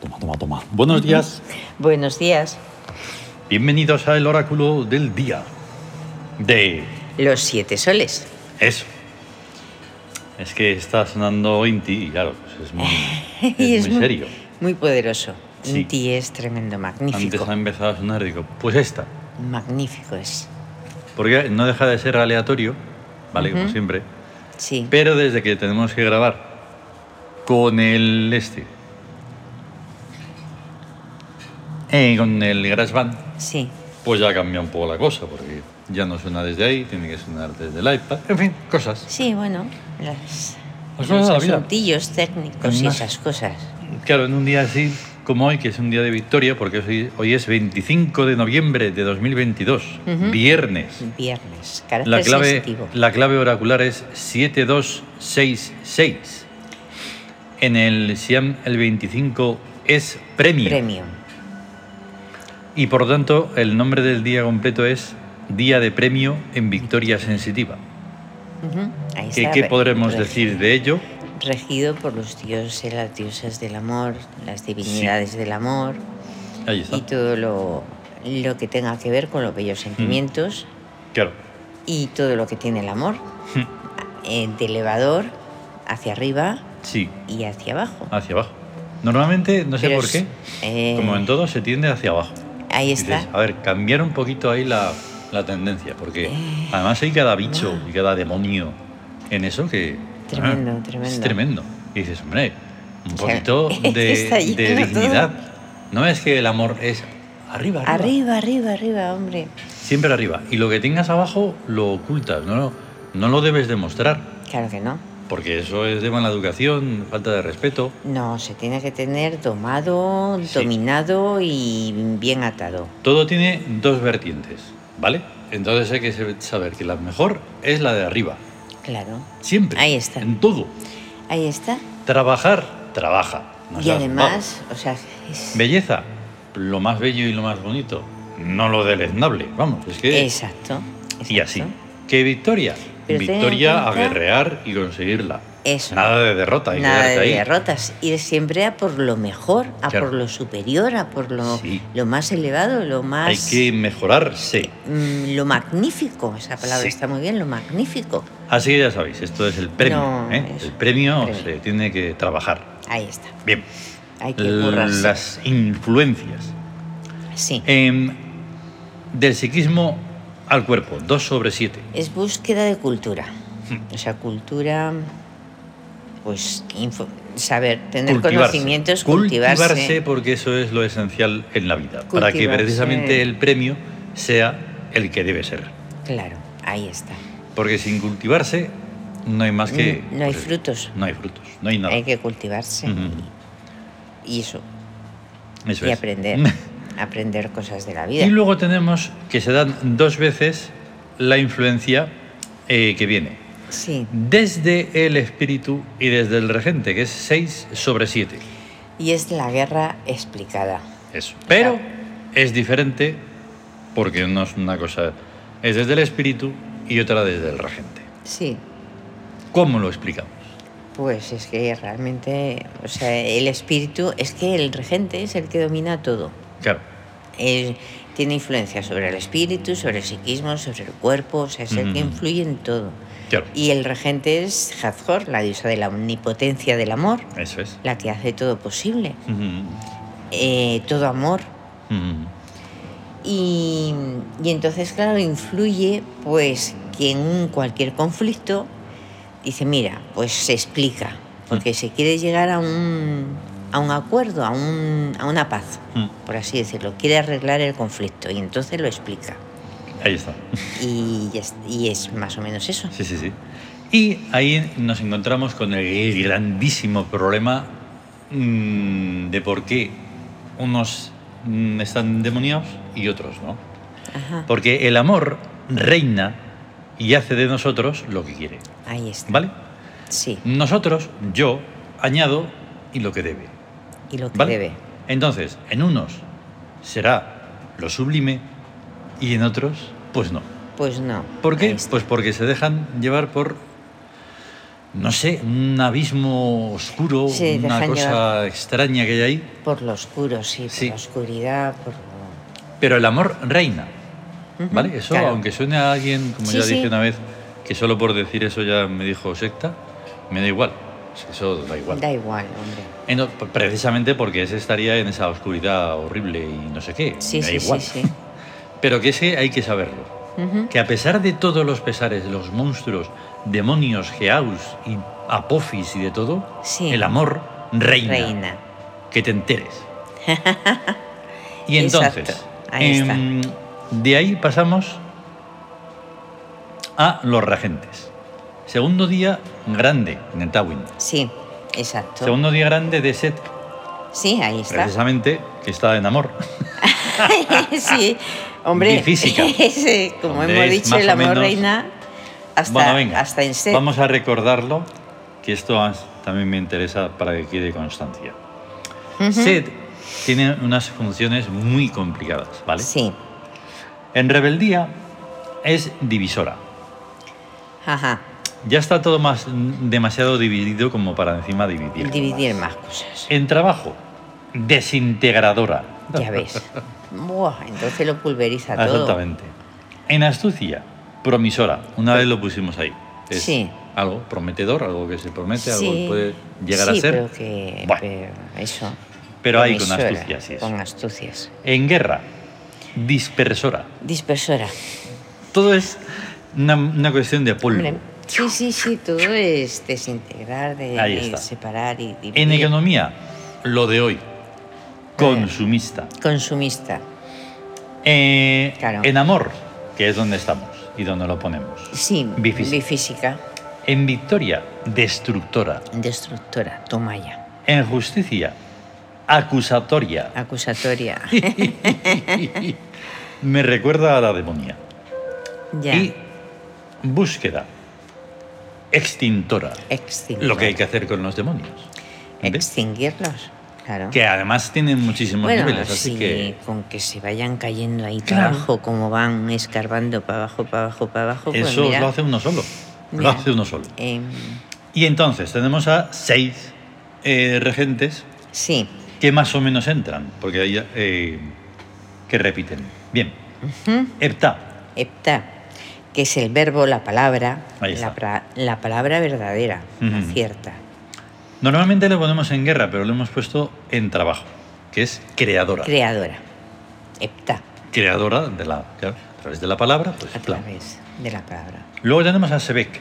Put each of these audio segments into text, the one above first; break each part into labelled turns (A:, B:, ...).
A: Toma, toma, toma. Buenos días.
B: Buenos días.
A: Bienvenidos al oráculo del día. De
B: Los siete soles.
A: eso. Es que está sonando Inti y claro, pues es muy,
B: Y
A: es muy serio.
B: Muy poderoso.
A: Sí.
B: Un ti es tremendo, magnífico.
A: Antes ha empezado a sonar, digo, pues esta.
B: Magnífico es.
A: Porque no deja de ser aleatorio, ¿vale? Como
B: Ujú.
A: siempre.
B: Sí.
A: Pero desde que tenemos que grabar con el este. eh, con el GarageBand.
B: Sí.
A: pues ya cambia un poco la cosa, porque ya no suena desde ahí, tiene que sonar desde el iPad, en fin, cosas.
B: Sí, bueno. Las,
A: Las cosas de Pues la
B: los
A: vida.
B: asuntillos técnicos y
A: Además-
B: esas cosas.
A: Claro, en un día así como hoy, que es un día de victoria, porque hoy, hoy es 25 de noviembre de 2022,
B: Ujú.
A: viernes.
B: Viernes. Carácter
A: La clave,
B: sensitivo.
A: la clave oracular es 7266. En el Siam el 25 es premio.
B: Premio.
A: Y por lo tanto, el nombre del día completo es Día de Premio en Victoria Sensitiva.
B: Ujú. Ahí
A: ¿Qué,
B: está,
A: qué
B: re-
A: podremos
B: re-
A: decir de ello?
B: Regido por los dioses, las diosas del amor, las divinidades del amor
A: Ahí está.
B: y todo lo, lo que tenga que ver con los
A: Mm.
B: bellos sentimientos.
A: Claro.
B: y todo lo que tiene el amor,
A: Hmm.
B: eh, de elevador hacia arriba
A: Sí,
B: y hacia abajo.
A: hacia abajo. Normalmente, no sé
B: Pero
A: por
B: es-
A: qué,
B: eh,
A: como en todo, se tiende hacia abajo.
B: Ahí
A: Dices,
B: está.
A: a ver, cambiar un poquito ahí la, la tendencia, porque
B: Eh, Ah.
A: además hay cada bicho y cada demonio en eso que...
B: Tremendo,
A: ah, Es
B: tremendo.
A: tremendo. Y dices, hombre, un
B: O sea,
A: poquito de,
B: está
A: de
B: lleno todo.
A: dignidad. No es que el amor es arriba, arriba.
B: Arriba, arriba, arriba, hombre.
A: Siempre arriba. Y lo que tengas abajo lo ocultas, no, no lo debes demostrar,
B: Claro que no.
A: porque eso es de mala educación, falta de respeto.
B: No, se tiene que tener domado,
A: Sí.
B: dominado y bien atado.
A: Todo tiene dos vertientes, ¿vale? Entonces hay que se- saber que la mejor es la de arriba.
B: Claro.
A: Siempre.
B: Ahí está.
A: En todo.
B: Ahí está.
A: Trabajar, trabaja. No
B: y
A: seas
B: además, o sea, es-
A: vago. Belleza, lo más bello y lo más bonito. No lo deleznable, vamos, es que...
B: exacto,
A: Y
B: exacto.
A: así. ¿Qué victoria?
B: Pero ten en
A: victoria a
B: cuenta-
A: guerrear y conseguirla.
B: Eso.
A: Nada de derrota y
B: Nada
A: quedarte
B: de
A: ahí.
B: derrotas, ir siempre a por lo mejor, a
A: Claro.
B: por lo superior, a por lo,
A: Sí.
B: lo más elevado, lo más...
A: Hay que mejorarse.
B: Mm, lo magnífico, esa palabra
A: Sí.
B: está muy bien, lo magnífico.
A: Así que ya sabéis, esto es el premio.
B: No,
A: ¿eh?
B: eso.
A: El premio
B: Premio.
A: se tiene que trabajar.
B: Ahí está,
A: Bien.
B: hay que currarse.
A: Las influencias.
B: Sí,
A: Em, del psiquismo al cuerpo, 2 sobre 7.
B: es búsqueda de cultura.
A: Hmm.
B: O sea, cultura, pues info- saber, tener conocimientos, cultivarse.
A: porque eso es lo esencial en la vida. Para que
B: Cultivarse.
A: precisamente el premio sea el que debe ser.
B: Claro, ahí está.
A: Porque sin cultivarse no hay más que... pues
B: Mm, no hay frutos.
A: No hay frutos, no hay nada.
B: Hay que cultivarse
A: Ujú.
B: y eso,
A: Eso
B: y
A: es.
B: aprender, aprender cosas de la vida.
A: Y luego tenemos que se dan dos veces la influencia eh, que viene.
B: Sí,
A: Desde el espíritu y desde el regente, que es 6 sobre 7.
B: y es la guerra explicada.
A: Eso. Pero es diferente porque no es una cosa. Es desde el espíritu y otra desde el regente.
B: Sí,
A: ¿Cómo lo explicamos?
B: Pues es que realmente, o sea, el espíritu, es que el regente es el que domina todo.
A: Claro.
B: Él tiene influencia sobre el espíritu, sobre el psiquismo, sobre el cuerpo, o sea, es el que
A: Ujú.
B: influye en todo.
A: Claro.
B: Y el regente es Hathor, la diosa de la omnipotencia del amor,
A: Eso es.
B: la que hace todo posible,
A: Ujú,
B: eh, todo amor.
A: ujú.
B: Y, y entonces, claro, influye pues que en un cualquier conflicto dice, mira, pues se explica,
A: Mm.
B: porque se quiere llegar a un, a un acuerdo, a, un, a una paz,
A: Mm.
B: por así decirlo, quiere arreglar el conflicto y entonces lo explica.
A: Ahí está.
B: Y, ya es- y es más o menos eso.
A: Sí, sí, sí. Y ahí nos encontramos con el grandísimo problema mm, de por qué unos mm, están demoniados y otros no.
B: Ajá,
A: Porque el amor reina y hace de nosotros lo que quiere.
B: ahí está.
A: ¿Vale?
B: Sí,
A: Nosotros, yo, añado y lo que debe.
B: y lo que
A: ¿Vale?
B: debe.
A: Entonces, en unos será lo sublime y en otros, pues no.
B: Pues no.
A: ¿Por
B: Ahí
A: qué?
B: está.
A: Pues porque se dejan llevar por, no sé, un abismo oscuro,
B: Se
A: una
B: dejan
A: cosa
B: llevar.
A: extraña que hay ahí.
B: Por lo oscuro, sí, por
A: Sí.
B: la oscuridad, por lo-
A: Pero el amor reina,
B: Ujú,
A: ¿vale? Eso,
B: claro.
A: aunque suene a alguien, como
B: Sí,
A: ya
B: sí.
A: dije una vez, que solo por decir eso ya me dijo secta, me da igual. Eso da igual.
B: Da igual, hombre.
A: Eno- precisamente porque ese estaría en esa oscuridad horrible y no sé qué.
B: Sí,
A: me da
B: sí,
A: igual.
B: sí, sí.
A: Pero que ese hay que saberlo.
B: Ujú.
A: que a pesar de todos los pesares de los monstruos, demonios, geaus y apofis y de todo,
B: Sí.
A: el amor reina,
B: Reina.
A: Que te enteres. y
B: Exacto,
A: entonces,
B: ahí está.
A: em, de ahí pasamos a los regentes. Segundo día grande en el Tawin.
B: Sí, exacto.
A: Segundo día grande de Set,
B: Sí, ahí está.
A: precisamente, que está en amor.
B: sí, hombre.
A: Y física.
B: sí, como
A: Hombre,
B: hemos
A: es
B: dicho,
A: más
B: el
A: o
B: amor
A: menos-
B: reina hasta,
A: bueno, venga,
B: hasta en ser.
A: vamos a recordarlo, que esto as- también me interesa para que quede constancia.
B: Ujú.
A: Sed tiene unas funciones muy complicadas, ¿vale?
B: Sí,
A: En rebeldía es divisora.
B: ajá.
A: Ya está todo más demasiado dividido como para encima dividir.
B: Dividir más cosas.
A: En trabajo, desintegradora.
B: Ya ves. Buah, entonces lo pulveriza todo.
A: Exactamente. En astucia, promisora. Una vez lo pusimos ahí. Es
B: Sí.
A: Algo prometedor, algo que se promete, algo
B: Sí,
A: que puede llegar
B: sí,
A: a ser.
B: Pero que,
A: Bueno.
B: pero eso.
A: Pero ahí con
B: Promisora,
A: astucia, sí es.
B: Con astucias.
A: En guerra, dispersora.
B: Dispersora.
A: Todo es una, una cuestión de polvo.
B: Hombre, sí, sí, sí, todo es desintegrar, de
A: Ahí está.
B: separar y Eh. dividir.
A: En economía, lo de hoy, consumista.
B: Consumista.
A: Eh,
B: Claro.
A: En amor, que es donde estamos y donde lo ponemos.
B: Sí,
A: Bifísica.
B: bifísica.
A: En victoria, destructora.
B: Destructora, toma ya.
A: En justicia, acusatoria.
B: Acusatoria.
A: Me recuerda a la demonía.
B: ya.
A: Y búsqueda, extintora.
B: Extinguir.
A: Lo que hay que hacer con los demonios. ¿ves?
B: Extinguirlos, claro.
A: Que además tienen muchísimos
B: bueno,
A: niveles, así
B: sí,
A: que
B: con que se vayan cayendo ahí para
A: Claro.
B: abajo, como van escarbando para abajo, para abajo, para abajo. pues
A: eso
B: mira,
A: lo hace uno solo. Lo
B: mira,
A: hace uno solo.
B: em,
A: Y entonces tenemos a seis eh, regentes
B: sí,
A: que más o menos entran, porque hay eh, que repiten. Bien. Hepta,
B: hepta, que es el verbo, la palabra,
A: Ahí está.
B: la, pra- la palabra verdadera, la
A: Ujú.
B: cierta.
A: normalmente lo ponemos en guerra, pero lo hemos puesto en trabajo, que es creadora.
B: Creadora. Hepta,
A: creadora de la, claro, a través de la palabra, pues
B: a
A: plan.
B: través de la palabra.
A: Luego tenemos a Sebek,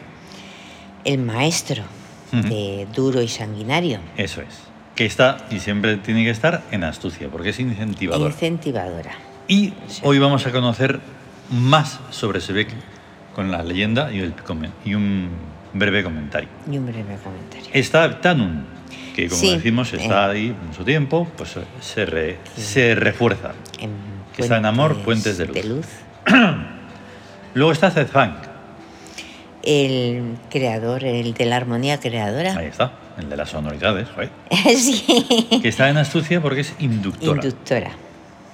B: El maestro
A: Ujú.
B: de duro y sanguinario.
A: eso es, que está y siempre tiene que estar en astucia, porque es incentivadora.
B: Incentivadora.
A: Y
B: Sí.
A: hoy vamos a conocer más sobre Sebek con la leyenda y, el come- y un breve comentario.
B: Y un breve comentario.
A: Está Tanum, que como
B: Sí, Eh.
A: decimos está ahí mucho tiempo, pues se, re- se refuerza.
B: En
A: que está en amor, puentes de luz. Luego está Zedfang,
B: El creador, el de la armonía
A: ahí
B: creadora.
A: está, el de las sonoridades, joder,
B: sí.
A: que está en astucia porque es inductora.
B: Inductora.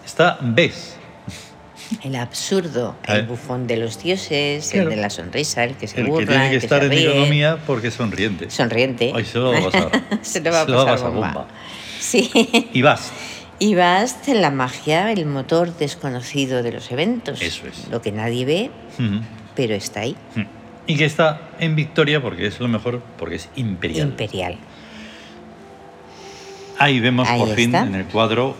A: está Bes,
B: El absurdo,
A: A
B: el
A: ver.
B: bufón de los dioses,
A: Claro.
B: el de la sonrisa, el que se
A: el que
B: burla,
A: tiene que
B: el
A: estar
B: se
A: en
B: ríe,
A: economía porque es sonriente.
B: Sonriente.
A: Ay, se lo va a pasar.
B: Se lo va a
A: Se lo va a
B: pasar
A: pasar
B: bomba.
A: bomba.
B: Sí.
A: Y Bast,
B: Y Bast, la magia, el motor desconocido de los eventos.
A: Eso es.
B: Lo que nadie ve,
A: ujú,
B: pero está ahí.
A: ujú, Hmm. y que está en victoria porque es lo mejor, porque es imperial.
B: Imperial.
A: Ahí vemos
B: Ahí
A: por fin
B: está.
A: en el cuadro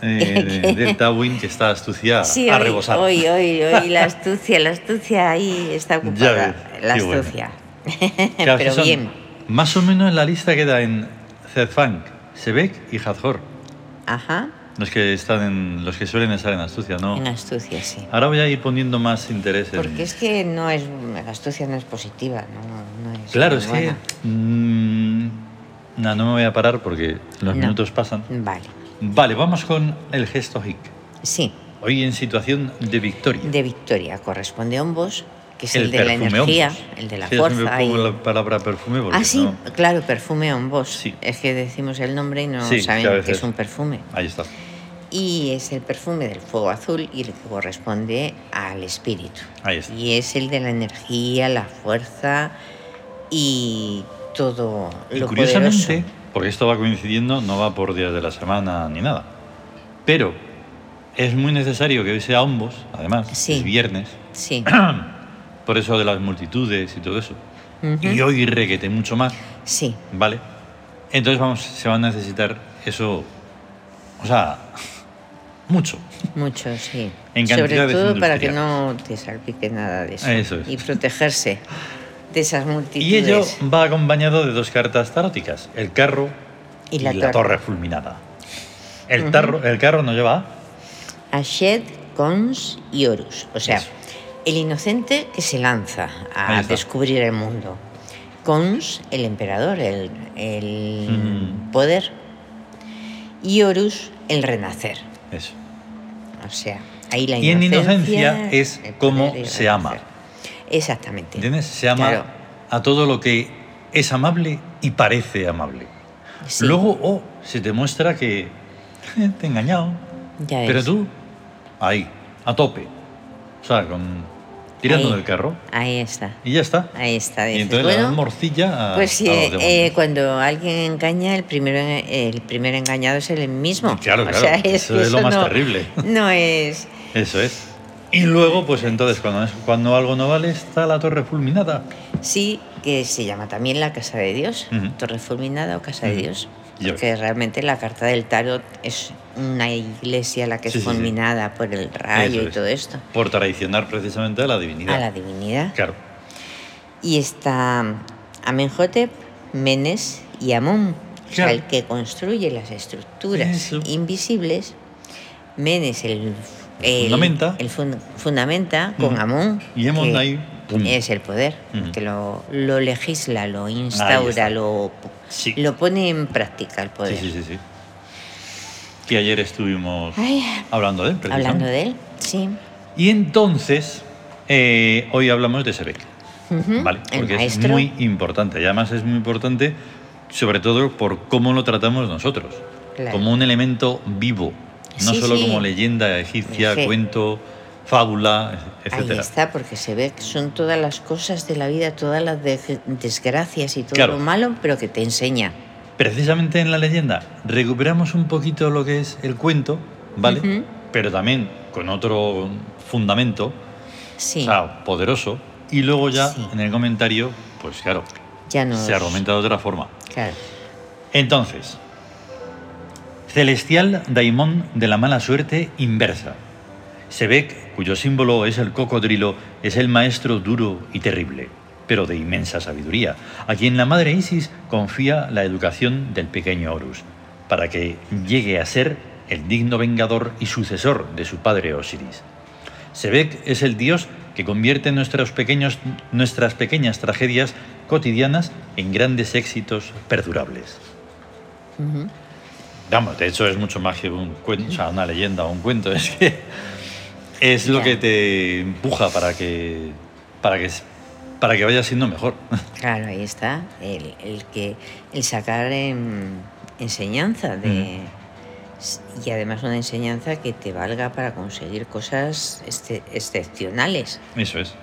A: eh, de- del Tawin que está astucia
B: Sí,
A: a
B: hoy,
A: rebosar.
B: hoy, hoy, hoy, la astucia, la astucia ahí está ocupada.
A: Ya ves,
B: la
A: qué bueno.
B: astucia.
A: Claro,
B: Pero
A: que son-
B: bien.
A: Más o menos en la lista queda en Zedfang, Sebek y Hathor,
B: Ajá,
A: los que están en, los que suelen estar en astucia, ¿no?
B: en astucia, sí.
A: Ahora voy a ir poniendo más interés en...
B: Porque es que no es. La astucia no es positiva, no, no es.
A: Claro,
B: muy
A: es
B: buena.
A: que... mm, no, no me voy a parar porque los
B: No.
A: minutos pasan.
B: Vale,
A: Vale, vamos con el gesto hic.
B: sí,
A: Hoy en situación de victoria.
B: de victoria corresponde a Hombos, que es el, de la
A: perfume
B: energía,
A: hombros.
B: el de la
A: Sí, yo siempre
B: fuerza. y-
A: pongo la palabra perfume porque
B: Ah, sí,
A: no-
B: claro, perfume Hombos.
A: Sí.
B: Es que decimos el nombre y no
A: Sí, sí, a
B: saben que
A: veces.
B: es un perfume.
A: Ahí está.
B: y es el perfume del fuego azul y el que corresponde al espíritu.
A: Ahí está.
B: Y es el de la energía, la fuerza y todo
A: Y
B: lo
A: Eh, curiosamente,
B: poderoso.
A: porque esto va coincidiendo, no va por días de la semana ni nada. Pero es muy necesario que hoy sea ambos, además,
B: Sí.
A: es viernes,
B: Sí.
A: por eso de las multitudes y todo eso.
B: Ujú.
A: Y hoy requete mucho más,
B: Sí.
A: ¿vale? Entonces vamos, se va a necesitar eso, o sea, mucho.
B: Mucho, sí.
A: En
B: Sobre
A: cantidades
B: todo para que no
A: industriales.
B: te salpique nada de eso.
A: Eso es.
B: Y protegerse de esas multitudes.
A: Y ello va acompañado de dos cartas taróticas, el carro
B: Y la
A: torre.
B: torre
A: fulminada. El, tarro- el carro nos lleva a...
B: Ashed, Cons y Horus. O sea,
A: Eso.
B: el inocente que se lanza
A: Ahí
B: a
A: está.
B: descubrir el mundo. Cons, el emperador, el, el
A: Mm.
B: poder. Y Horus, el renacer.
A: Eso.
B: O sea, ahí la
A: Y en
B: inocencia.
A: inocencia es
B: el poder
A: cómo
B: y el
A: se ama.
B: renacer. Exactamente.
A: ¿Entiendes? Se ama
B: Claro.
A: a todo lo que es amable y parece amable.
B: Sí,
A: Luego, oh, se te muestra que eh, te he engañado.
B: ya
A: Pero
B: ves.
A: tú, ahí, a tope. O sea, con, tirando
B: Ahí.
A: del carro.
B: Ahí está.
A: Y ya está.
B: Ahí está.
A: Y
B: dices,
A: entonces le
B: bueno,
A: dan morcilla a,
B: Pues sí,
A: a los demonios.
B: eh, cuando alguien engaña, el primero, el primer engañado es el mismo.
A: Claro,
B: O
A: claro,
B: sea,
A: eso es lo más
B: no-
A: terrible.
B: No es.
A: Eso es. Y luego, pues entonces, cuando, es- cuando algo no vale, está la torre fulminada.
B: Sí, que se llama también la Casa de Dios,
A: Ujú.
B: Torre Fulminada o Casa de
A: Ujú.
B: Dios.
A: Ya
B: Porque realmente la carta del tarot es una iglesia la que
A: Sí,
B: es
A: sí, sí.
B: fulminada por el rayo
A: Eso
B: y
A: es.
B: todo esto,
A: Por traicionar precisamente a la
B: a
A: divinidad.
B: la divinidad.
A: Claro.
B: Y está Amenhotep, Menes y Amón, o sea,
A: Claro.
B: el que construye las estructuras
A: Eso.
B: invisibles. Menes el, el-
A: Fundamenta.
B: el fun- fundamenta con
A: Ujú.
B: Amón,
A: Y Amón
B: que
A: ahí, pum.
B: es el poder,
A: Ujú.
B: que lo, lo legisla, lo
A: Ahí
B: instaura,
A: está.
B: lo,
A: Sí.
B: lo pone en práctica el
A: Sí,
B: poder.
A: sí, sí, sí. Que ayer estuvimos
B: Ay,
A: hablando de él, precisamente.
B: hablando de él, sí.
A: Y entonces, eh, hoy hablamos de Sebek,
B: Ujú,
A: ¿vale?
B: El
A: Porque es
B: maestro.
A: muy importante. Y además es muy importante, sobre todo por cómo lo tratamos nosotros.
B: Claro.
A: Como un elemento vivo. No
B: Sí,
A: solo
B: sí.
A: como leyenda egipcia,
B: Sí.
A: cuento, fábula,
B: Ahí
A: etcétera.
B: está, porque se ve que son todas las cosas de la vida, todas las de- desgracias y todo
A: Claro.
B: lo malo, pero que te enseña.
A: Precisamente en la leyenda recuperamos un poquito lo que es el cuento, ¿vale?
B: Ujú.
A: Pero también con otro fundamento,
B: Sí,
A: o sea, poderoso. Y luego ya
B: Sí.
A: en el comentario, pues claro,
B: ya no.
A: se argumenta de otra forma.
B: Claro.
A: Entonces, celestial daimón de la mala suerte inversa. Sebek, cuyo símbolo es el cocodrilo, es el maestro duro y terrible, pero de inmensa sabiduría, a quien la madre Isis confía la educación del pequeño Horus, para que llegue a ser el digno vengador y sucesor de su padre Osiris. Sebek es el dios que convierte nuestros pequeños- nuestras pequeñas tragedias cotidianas en grandes éxitos perdurables.
B: Ujú.
A: Vamos, de hecho es mucho más que un cuento, o sea, una leyenda o un cuento, es que es lo
B: Ya.
A: que te empuja para que para que para que vayas siendo mejor.
B: Claro, ahí está. El, el que el sacar em, enseñanza de
A: Mm.
B: s- y además una enseñanza que te valga para conseguir cosas exce- excepcionales.
A: Eso es.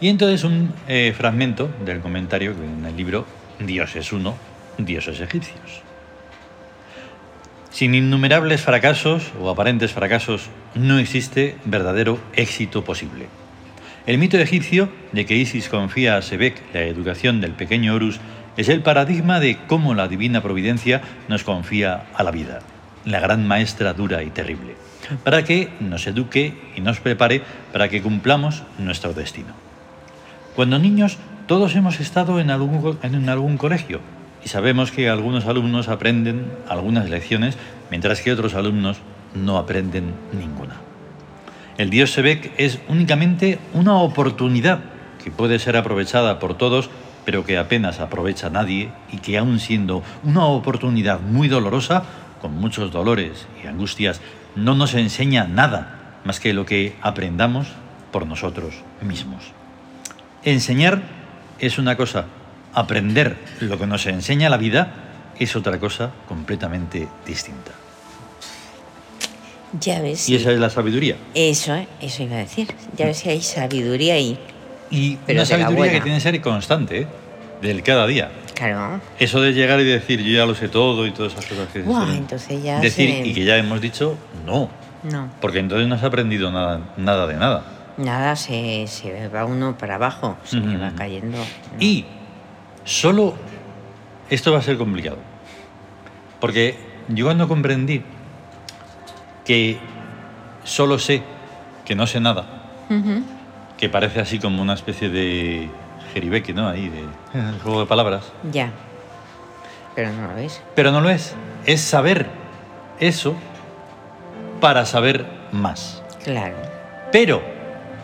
A: Y entonces un eh, fragmento del comentario que en el libro Dios es uno, dioses egipcios. Sin innumerables fracasos o aparentes fracasos no existe verdadero éxito posible. El mito egipcio de que Isis confía a Sebek la educación del pequeño Horus es el paradigma de cómo la divina providencia nos confía a la vida, la gran maestra dura y terrible, para que nos eduque y nos prepare para que cumplamos nuestro destino. Cuando niños, todos hemos estado en algún, co- en algún colegio y sabemos que algunos alumnos aprenden algunas lecciones, mientras que otros alumnos no aprenden ninguna. El dios Sebek es únicamente una oportunidad que puede ser aprovechada por todos, pero que apenas aprovecha nadie y que aun siendo una oportunidad muy dolorosa, con muchos dolores y angustias, no nos enseña nada más que lo que aprendamos por nosotros mismos. Enseñar es una cosa, aprender lo que nos enseña la vida es otra cosa completamente distinta.
B: Ya ves.
A: Y esa es la sabiduría.
B: Eso, eh, eso iba a decir. Ya ves que hay sabiduría ahí.
A: Y
B: Pero
A: una
B: de la
A: sabiduría que
B: buena.
A: tiene que ser constante, ¿eh? del cada día.
B: Claro.
A: Eso de llegar y decir, yo ya lo sé todo y todas esas cosas que se
B: Buah,
A: suelen
B: entonces ya
A: decir
B: se-
A: y que ya hemos dicho, no.
B: No.
A: Porque entonces no has aprendido nada, nada de nada.
B: Nada, se, se va uno para abajo, se le va
A: Ujú.
B: cayendo. ¿no?
A: Y solo esto va a ser complicado. Porque yo cuando comprendí que solo sé que no sé nada,
B: Ujú.
A: que parece así como una especie de jeribeque, ¿no? Ahí, de el juego de palabras.
B: Ya. Pero no lo ves.
A: Pero no lo es. Es saber eso para saber más.
B: Claro.
A: Pero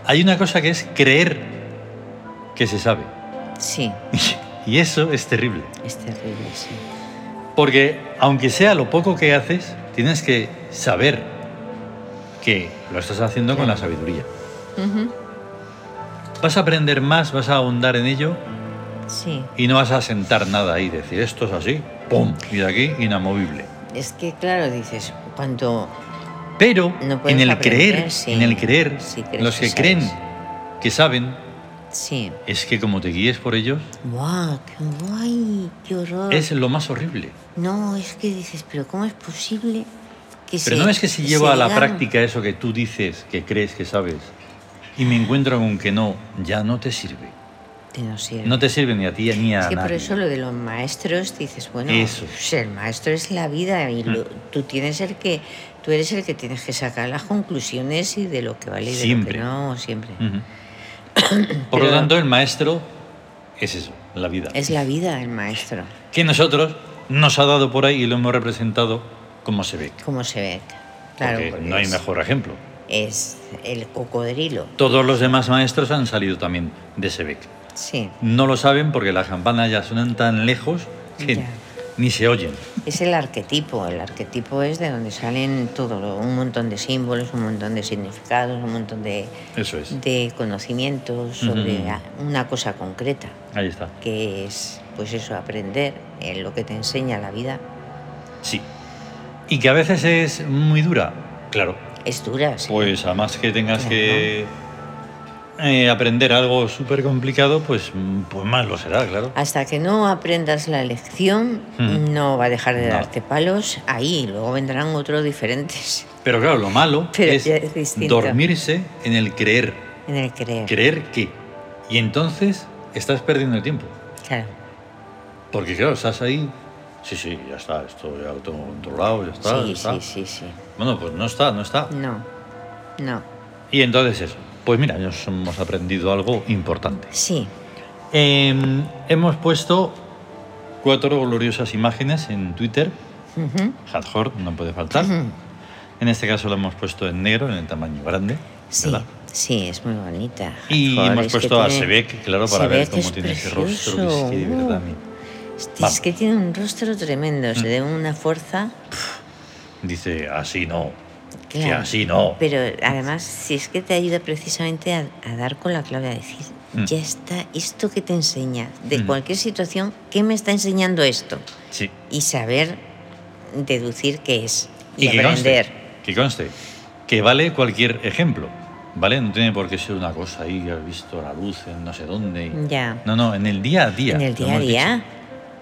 A: hay una cosa que es creer que se sabe.
B: Sí,
A: Y eso es terrible.
B: es terrible, sí.
A: Porque aunque sea lo poco que haces, tienes que saber que lo estás haciendo con la sabiduría.
B: Ujú.
A: Vas a aprender más, vas a ahondar en ello
B: Sí.
A: y no vas a sentar nada ahí, decir esto es así, ¡pum! Y de aquí, inamovible.
B: Es que, claro, dices, cuanto.
A: Pero
B: No puedes
A: en el
B: aprender
A: creer,
B: si-
A: en el creer,
B: si crees
A: los
B: que
A: que creen
B: sabes.
A: que saben,
B: Sí.
A: es que como te guíes por ellos,
B: ¡Guau! ¡Qué guay! ¡Qué horror!
A: es lo más horrible.
B: No, es que dices, pero ¿cómo es posible que se.
A: Pero no es que si llevo a la
B: digan-
A: práctica eso que tú dices, que crees que sabes, y me encuentro con que no, ya no te sirve.
B: Te no sirve.
A: No te sirve ni a ti ni a
B: Es que por
A: nadie.
B: eso lo de los maestros dices, bueno,
A: Eso. Mm.
B: pues el maestro es la vida y lo- tú tienes el que tú eres el que tienes que sacar las conclusiones y de lo que vale y de
A: Siempre. Mm.
B: lo que no siempre.
A: Ujú. Por lo
B: Pero-
A: tanto, el maestro es eso, la vida.
B: Es la vida el maestro,
A: Que nosotros nos ha dado por ahí y lo hemos representado como se ve.
B: como se ve. Claro,
A: porque
B: porque
A: no hay
B: es-
A: mejor ejemplo.
B: Es el cocodrilo.
A: Todos los demás maestros han salido también de Sebec.
B: Sí.
A: No lo saben porque las campanas ya suenan tan lejos que
B: Ya.
A: ni se oyen.
B: Es el arquetipo, el arquetipo es de donde salen todo, lo- un montón de símbolos, un montón de significados, un montón de,
A: Eso es.
B: de conocimientos sobre
A: Ujú.
B: a- una cosa concreta.
A: Ahí está.
B: que es pues eso, aprender en lo que te enseña la vida.
A: Sí. Y que a veces es muy dura. Claro.
B: Es dura, sí.
A: Pues a más que tengas que eh, aprender algo súper complicado, pues, mm, pues más lo será, claro.
B: Hasta que no aprendas la lección,
A: Ujú.
B: no va a dejar de
A: No.
B: darte palos ahí, luego vendrán otros diferentes
A: Pero claro, lo malo
B: Pero
A: es,
B: ya es distinto.
A: dormirse en el creer.
B: en el creer.
A: ¿Creer qué? Y entonces estás perdiendo el tiempo.
B: Claro,
A: Porque claro, estás ahí. Sí, sí, ya está, esto ya lo tengo controlado, ya está.
B: sí,
A: ya Ah, está.
B: sí, sí, sí.
A: Bueno, pues no está, no está.
B: No, no.
A: Y entonces eso. Pues mira, nos hemos aprendido algo importante.
B: Sí,
A: Em, hemos puesto cuatro gloriosas imágenes en Twitter.
B: ujú,
A: Hadhor, no puede faltar.
B: Ujú.
A: En este caso lo hemos puesto en negro, en el tamaño grande.
B: sí,
A: ¿verdad?
B: sí, es muy bonita.
A: Y
B: Joder,
A: hemos
B: es que
A: puesto a
B: tiene-
A: Sebek, claro, para ver
B: Sebek
A: cómo
B: es
A: tiene ese
B: precioso,
A: rostro. Que es que de verdad,
B: uh,
A: mira.
B: Hostia,
A: Vamos. Mm.
B: Es que tiene un rostro tremendo, es de una fuerza.
A: dice, así no. Que
B: Claro.
A: así no.
B: Pero además, si es que te ayuda precisamente a, a dar con la clave, a decir,
A: Mm.
B: ya está, esto que te enseña, de
A: Mm.
B: cualquier situación, ¿qué me está enseñando esto?
A: Sí.
B: Y saber deducir qué es y,
A: que
B: aprender.
A: conste, que conste, que vale cualquier ejemplo. ¿Vale? No tiene por qué ser una cosa ahí, que has visto la luz en no sé dónde. y-
B: Ya.
A: No, no, en el día a día.
B: En el
A: lo
B: día a
A: hemos
B: día.
A: dicho.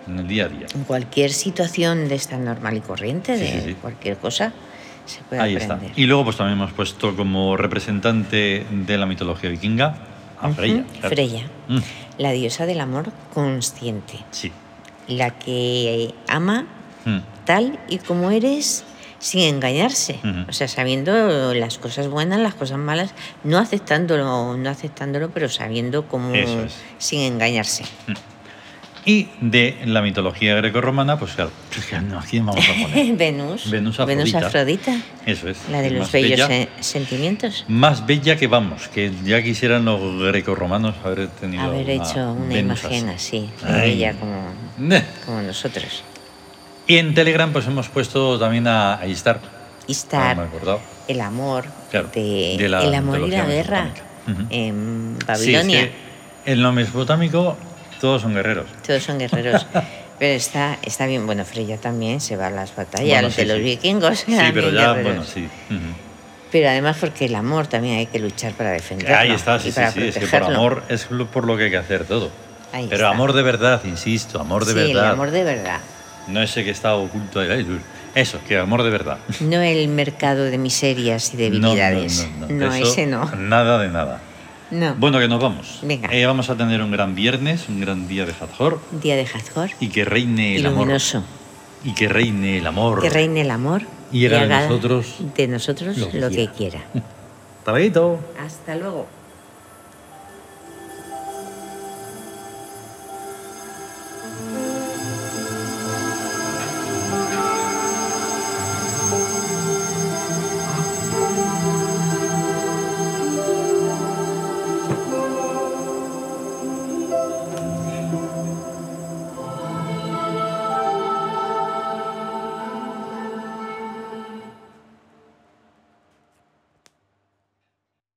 A: En el día a día.
B: En cualquier situación de esta normal y corriente,
A: Sí,
B: de
A: sí, sí.
B: cualquier cosa, se puede
A: Ahí
B: aprender.
A: está. Y luego pues también hemos puesto como representante de la mitología vikinga a
B: Ujú,
A: Ah, Freya. claro.
B: Freya,
A: Mm,
B: la diosa del amor consciente,
A: sí.
B: la que ama
A: Mm,
B: tal y como eres sin engañarse,
A: Ujú.
B: o sea, sabiendo las cosas buenas, las cosas malas, no aceptándolo, no aceptándolo, pero sabiendo cómo
A: Eso es.
B: sin engañarse.
A: Y de la mitología grecorromana, pues claro, es que no, ¿a quién vamos a poner?
B: Venus,
A: Venus Afrodita.
B: Afrodita,
A: Eso es.
B: la de
A: es
B: los
A: más
B: bellos ¿eh?
A: bella.
B: se- sentimientos.
A: Más bella que vamos, que ya quisieran los grecorromanos haber tenido.
B: Haber
A: una
B: hecho una
A: Venus
B: imagen así, de
A: Ay.
B: bella como,
A: Ne.
B: como nosotros.
A: Y en Telegram pues hemos puesto también a, a Istar.
B: Y
A: Ah,
B: estar
A: me he acordado.
B: el amor
A: Claro,
B: de,
A: de la
B: el amor y la
A: mitología
B: guerra
A: mesopotámica. Ujú.
B: en
A: Sí, es
B: Babilonia.
A: que en lo mesopotámico todos son guerreros.
B: Todos son guerreros. Pero está, está bien. Bueno, Freya también se va a las batallas
A: Bueno, sí,
B: de los
A: sí.
B: vikingos.
A: Sí, pero
B: también
A: ya,
B: guerreros.
A: bueno, sí. Ujú.
B: Pero además porque el amor también hay que luchar para defenderlo.
A: Ahí está,
B: y
A: sí, sí,
B: para
A: sí. Es que por
B: protegerlo.
A: amor es lo- por lo que hay que hacer todo.
B: Ahí
A: pero
B: está.
A: amor de verdad, insisto, amor de
B: sí, el
A: verdad.
B: amor de verdad.
A: No ese que está oculto ahí. Ay, uy. Eso, que amor de verdad.
B: No el mercado de miserias y
A: No, no,
B: debilidades.
A: no, no. Eso,
B: ese no.
A: Nada de nada.
B: No.
A: Bueno, que nos vamos.
B: Venga.
A: Eh, vamos a tener un gran viernes, un gran día de Hathor
B: Día de Hathor.
A: y que reine el
B: y luminoso.
A: amor. Y que reine el amor.
B: Que reine el amor.
A: Y haga de
B: haga
A: nosotros
B: de nosotros
A: lo que
B: lo que quiera.
A: Hasta luego.
B: Hasta luego.